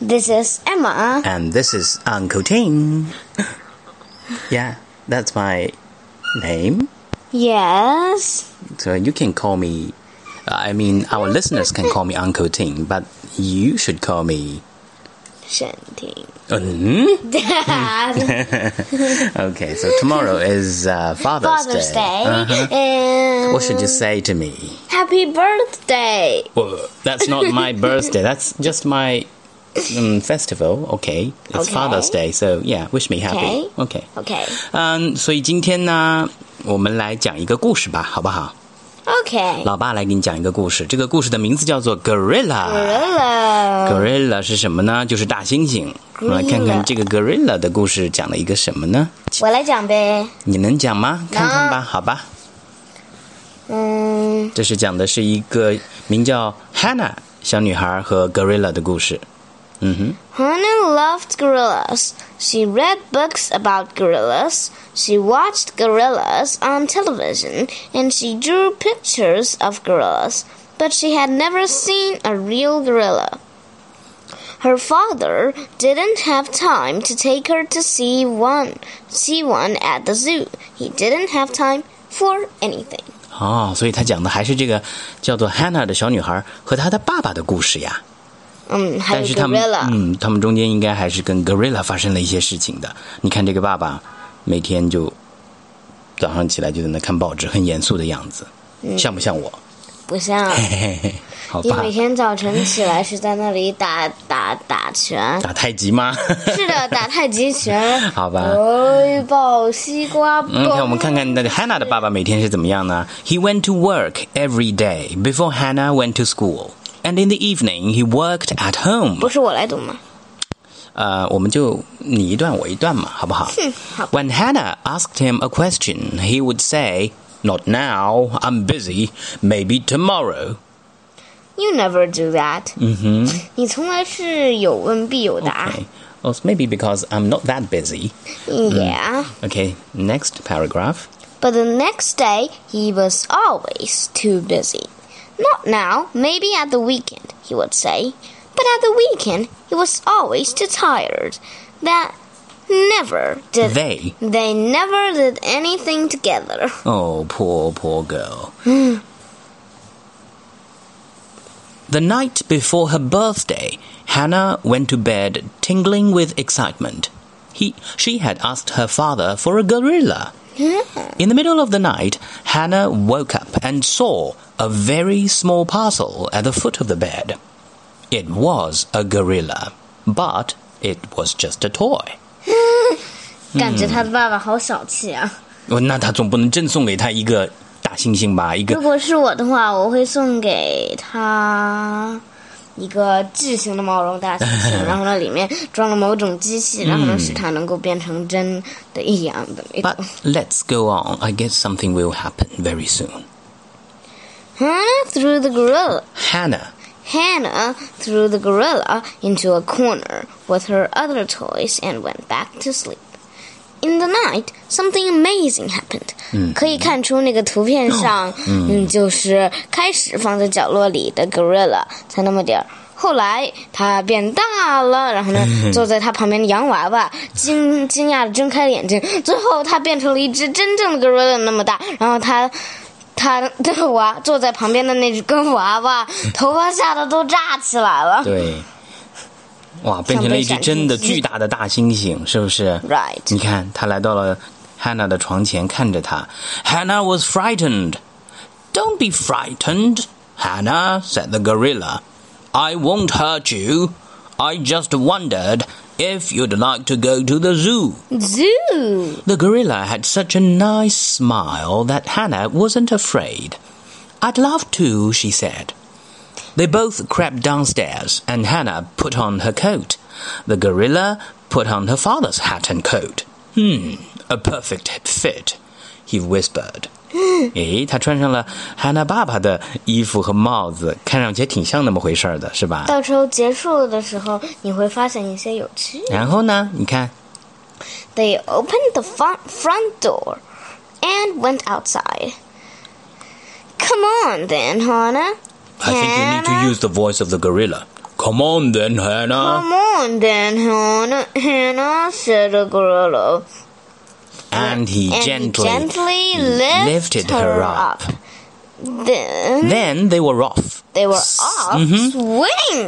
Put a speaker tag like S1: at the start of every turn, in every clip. S1: This is Emma.
S2: And this is Uncle Ting. yeah, that's my name.
S1: Yes.
S2: So you can call me, uh, I mean, our listeners can call me Uncle Ting, but you should call me.
S1: 沈 婷
S2: Mhm.
S1: Dad.
S2: okay, so tomorrow is uh, Father's,
S1: Father's Day.
S2: Uh-huh.
S1: And
S2: What should you say to me?
S1: Happy birthday.
S2: Well, that's not my birthday. That's just my um, festival. Okay, it's
S1: Okay.
S2: Father's Day, so yeah, wish me happy.
S1: Okay.
S2: Okay.
S1: Okay.
S2: 嗯，所以今天呢，我们来讲一个故事吧，好不好？
S1: Okay.
S2: 老爸来给你讲一个故事，这个故事的名字叫做 Gorilla。
S1: Gorilla.
S2: Gorilla 是什么呢？就是大猩猩。我们来看看
S1: Gorilla
S2: 这个 Gorilla 的故事讲了一个什么呢？
S1: 我来讲呗。
S2: 你能讲吗？看看吧，好吧。
S1: 嗯，
S2: 这是讲的是一个名叫 Hannah 小女孩和 Gorilla 的故事。嗯哼。
S1: Hannah loved gorillas. She read books about gorillas. She watched gorillas on television and she drew pictures of gorillas, but she had never seen a real gorilla. Her father didn't have time to take her to see one, see one at the zoo. He didn't have time for anything.
S2: 哦，所以他讲的还是这个叫做 Hannah 的小女孩和她的爸爸的故事呀。
S1: 嗯，还
S2: 但
S1: 有
S2: 是他们
S1: Um, gorilla，
S2: 嗯，他们中间应该还是跟 Gorilla 发生了一些事情的。你看这个爸爸每天就早上起来就在那看报纸，很严肃的样子，
S1: 嗯
S2: 像不像我？
S1: 不像。
S2: 嘿嘿嘿，好
S1: 你
S2: 吧
S1: 每，天早晨起来是在那里打打打拳，
S2: 打太极吗？
S1: 是的，打太极拳。
S2: 好吧
S1: 哎，抱西瓜。
S2: 嗯，看我们
S1: 嘣
S2: 看看那个 Hannah 的爸爸每天是怎么样呢？He went to work every day before Hannah went to school, and in the evening he worked at home.
S1: 不是我来读吗？
S2: 呃，我们就你一段我一段嘛，好不好？
S1: 好
S2: When Hannah asked him a question, he would say, "Not now. I'm busy. Maybe tomorrow." Mm-hmm.
S1: You never do that。嗯
S2: Mm.
S1: 哼，你从来是有问必有答。
S2: Okay. Well, it's maybe because I'm not that busy. Mm.
S1: Yeah,
S2: Okay. Next paragraph.
S1: but the next day he was always too busy. Not now, maybe at the weekend, he would say. But at the weekend, he was always too tired. That never did
S2: They.
S1: They never did anything together.
S2: Oh, poor, poor girl. the night before her birthday, Hannah went to bed tingling with excitement. He, she had asked her father for a gorilla. In the middle of the night, Hannah woke up and saw a very small parcel at the foot of the bed. It was a gorilla, but it was just a toy.
S1: 感觉他的爸爸好小气啊！
S2: 哦那他总不能真送给他一个大猩猩吧？一个
S1: 如果是我的话，我会送给他一个巨型的毛绒大猩猩，然后呢，里面装了某种机器，然后呢，使它能够变成真的一样的那种
S2: But。let's go on. I guess something will happen very soon.
S1: Hannah threw 啊 the gorilla.
S2: Hannah.
S1: Hannah threw the gorilla into a corner with her other toys and went back to sleep. In the night, something amazing happened. 可以看出那个图片上，嗯，就是开始放在角落里的 gorilla 才那么点儿。后来它变大了，然后呢，坐在它旁边的洋娃娃惊惊讶的睁开了眼睛。最后，它变成了一只真正的 gorilla 那么大。然后它他的娃坐在旁边的那只跟娃娃，头发吓得都炸起来了。
S2: 对，哇，变成了一只真的巨大的大猩猩，是不是
S1: Right.
S2: 你看，他来到了 Hannah 的床前，看着她。Hannah was frightened. Don't be frightened, Hannah said the gorilla. I won't hurt you. I just wondered if you'd like to go to the zoo.
S1: Zoo.
S2: The gorilla had such a nice smile that Hannah wasn't afraid. I'd love to, she said. They both crept downstairs, and Hannah put on her coat. The gorilla put on her father's hat and coat. Hmm, a perfect fit, he whispered. 诶，他穿上了 Hannah 爸爸的衣服和帽子，看上去也挺像那么回事儿的，是吧？
S1: 到时候结束的时候，你会发现一些有趣。
S2: 然后呢？你看，
S1: They opened the front front door and went outside. Come on, then, Hannah.
S2: I think you need to use the voice of the gorilla. Come on then, Hannah.
S1: Come on then, Hannah, Hannah said the gorilla.
S2: And he
S1: and
S2: gently,
S1: gently lift
S2: lifted her up.
S1: Then
S2: Then they were off,
S1: they were off, swinging,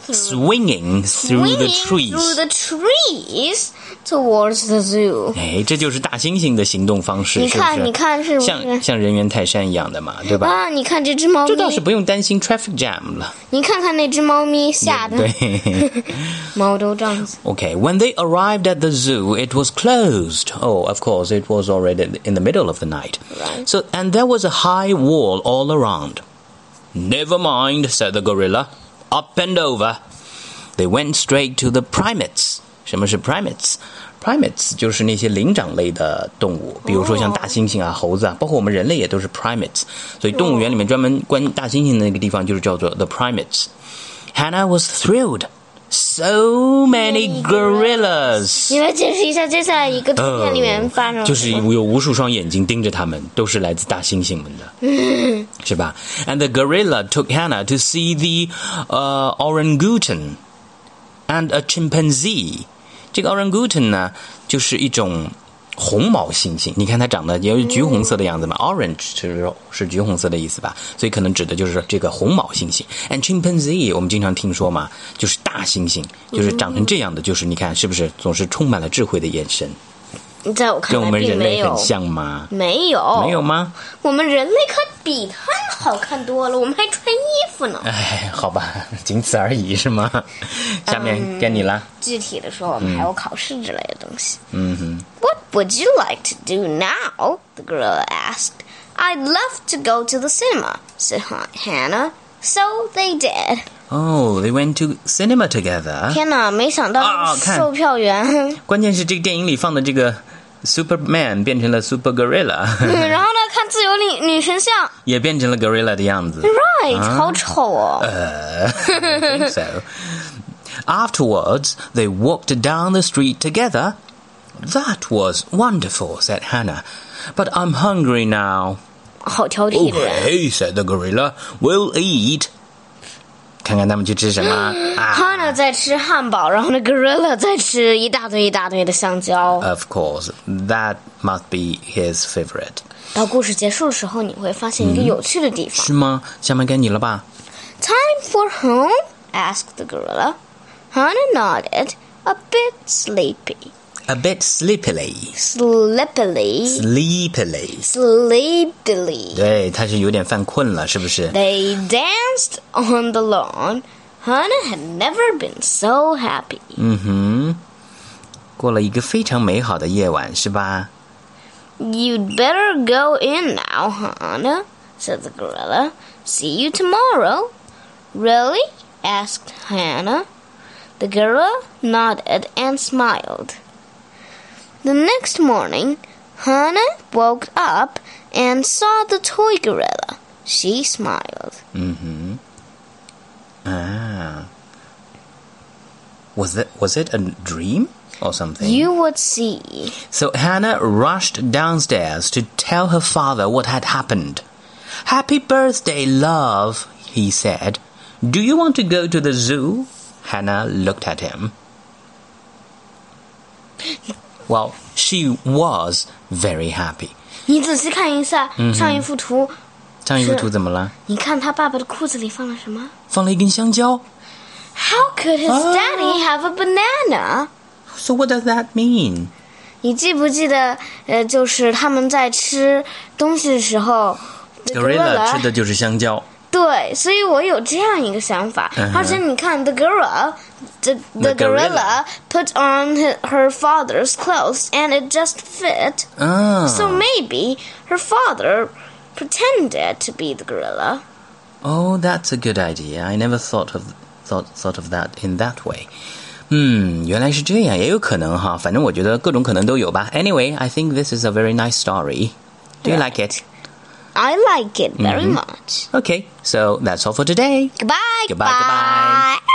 S2: swinging through
S1: swinging
S2: the
S1: through
S2: trees.
S1: the trees towards the zoo.
S2: 哎，这就是大猩猩的行动方式，
S1: 你
S2: 是不
S1: 看，
S2: 是？
S1: 你看是不
S2: 像
S1: 是？
S2: 像人猿泰山一样的嘛，对吧？
S1: 啊，Ah, 你看这只猫
S2: 这倒是
S1: 咪，
S2: 不用担心 traffic jam 了。
S1: 你看看那只猫咪，吓得
S2: 对
S1: 毛都胀死。
S2: ，OK。When they arrived at the zoo, it was closed. Oh, of course, it was already in the middle of the night.
S1: Right.
S2: So, and there was a high wall all around. Never mind, said the gorilla. Up and over. They went straight to the primates. 什么是 primates？Primates 就是那些灵长类的动物，比如说像大猩猩啊、猴子啊，包括我们人类也都是 primates。所以动物园里面专门关大猩猩的那个地方就是叫做 the primates。Hannah was thrilled. So many gorillas.
S1: 你来解释一下，这在一个图片里面发生了
S2: 呃就是
S1: 什么？
S2: 有无数双眼睛盯着他们，都是来自大猩猩们的， 是吧？And the gorilla took Hannah to see the uh, orangutan and a chimpanzee。这个 orangutan 呢，就是一种红毛猩猩。你看它长得也是橘红色的样子嘛、o
S1: 嗯
S2: r a n g e 是是橘红色的意思吧？所以可能指的就是这个红毛猩猩。And chimpanzee 我们经常听说嘛，就是大猩猩，就是长成这样的，就是你看是不是总是充满了智慧的眼神？
S1: 在我看
S2: 跟我
S1: 来
S2: 们
S1: 并
S2: 人
S1: 没
S2: 类
S1: 有
S2: 很，像吗？
S1: 没有，
S2: 没有吗？
S1: 我们人类可比他们好看多了，我们还穿衣服呢。
S2: 哎，好吧， 仅此而已是吗？下面该你了。
S1: 具体的说，我们还有考试之类的东西。What
S2: 嗯
S1: would you like to do now? The gorilla asked. I'd love to go to the cinema," said Han- Hannah. So they did.
S2: Oh, they went to cinema together.
S1: 天哪，没想到
S2: 啊看
S1: 售票 员。
S2: 关键是这个电影里放的这个 Superman 变成了 Super Gorilla，
S1: 嗯，然后呢，看自由女女神像
S2: 也变成了 Gorilla 的样子。
S1: ，right，好
S2: 啊
S1: 丑哦。
S2: Uh, I think so. Afterwards, they walked down the street together. That was wonderful," said Hannah. "But I'm hungry now."
S1: 好挑剔的人。
S2: Okay, said the gorilla. We'll eat. 看看他们去吃什么啊
S1: Hannah 在吃汉堡，然后那 gorilla 在吃一大堆一大堆的香蕉。
S2: ？Of course, that must be his favorite.
S1: 到故事结束的时候，你会发现一个有趣的地方。
S2: 是吗？下面该你了吧？
S1: Time for home? asked the gorilla. Hannah nodded, a bit sleepy.
S2: A bit sleepily,
S1: Sleepily.
S2: sleepily.
S1: Sleepily.
S2: 对，他是有点犯困了，是不是？
S1: They danced on the lawn. Hannah had never been so happy.
S2: 嗯哼，过了一个非常美好的夜晚，是吧？
S1: You'd better go in now, Hannah, said the gorilla. See you tomorrow. Really? asked Hannah. The gorilla nodded and smiled. The next morning, Hannah woke up and saw the toy gorilla. She smiled.
S2: 嗯哼，啊，was it was it a dream or something?
S1: You would see.
S2: So Hannah rushed downstairs to tell her father what had happened. Happy birthday, love, he said. Do you want to go to the zoo? Hannah looked at him. Well, she was very happy.
S1: 你仔细看一下上一幅图，
S2: 上一幅图怎么了？放了一根香蕉。
S1: 你看他爸爸的裤子里放了什么？How could his
S2: 啊
S1: daddy have a banana?
S2: So what does that mean?
S1: 你记不记得，呃，就是他们在吃东西的时候 the
S2: Gorilla 吃的就是香蕉。
S1: 对，所以我有这样一个想法。
S2: 嗯哼
S1: 而且你看，the gorilla，the
S2: The
S1: the gorilla
S2: gorilla
S1: put on her, her father's clothes and it just fit.
S2: Ah.
S1: So maybe her father pretended to be the gorilla.
S2: Oh, that's a good idea. I never thought of thought thought of that in that way. 嗯，原来是这样，也有可能哈。反正我觉得各种可能都有吧。Anyway, I think this is a very nice story. Do you like it?
S1: I like it very much.
S2: Mm-hmm. Okay, so that's all for today.
S1: Goodbye.
S2: Goodbye, goodbye.
S1: bye.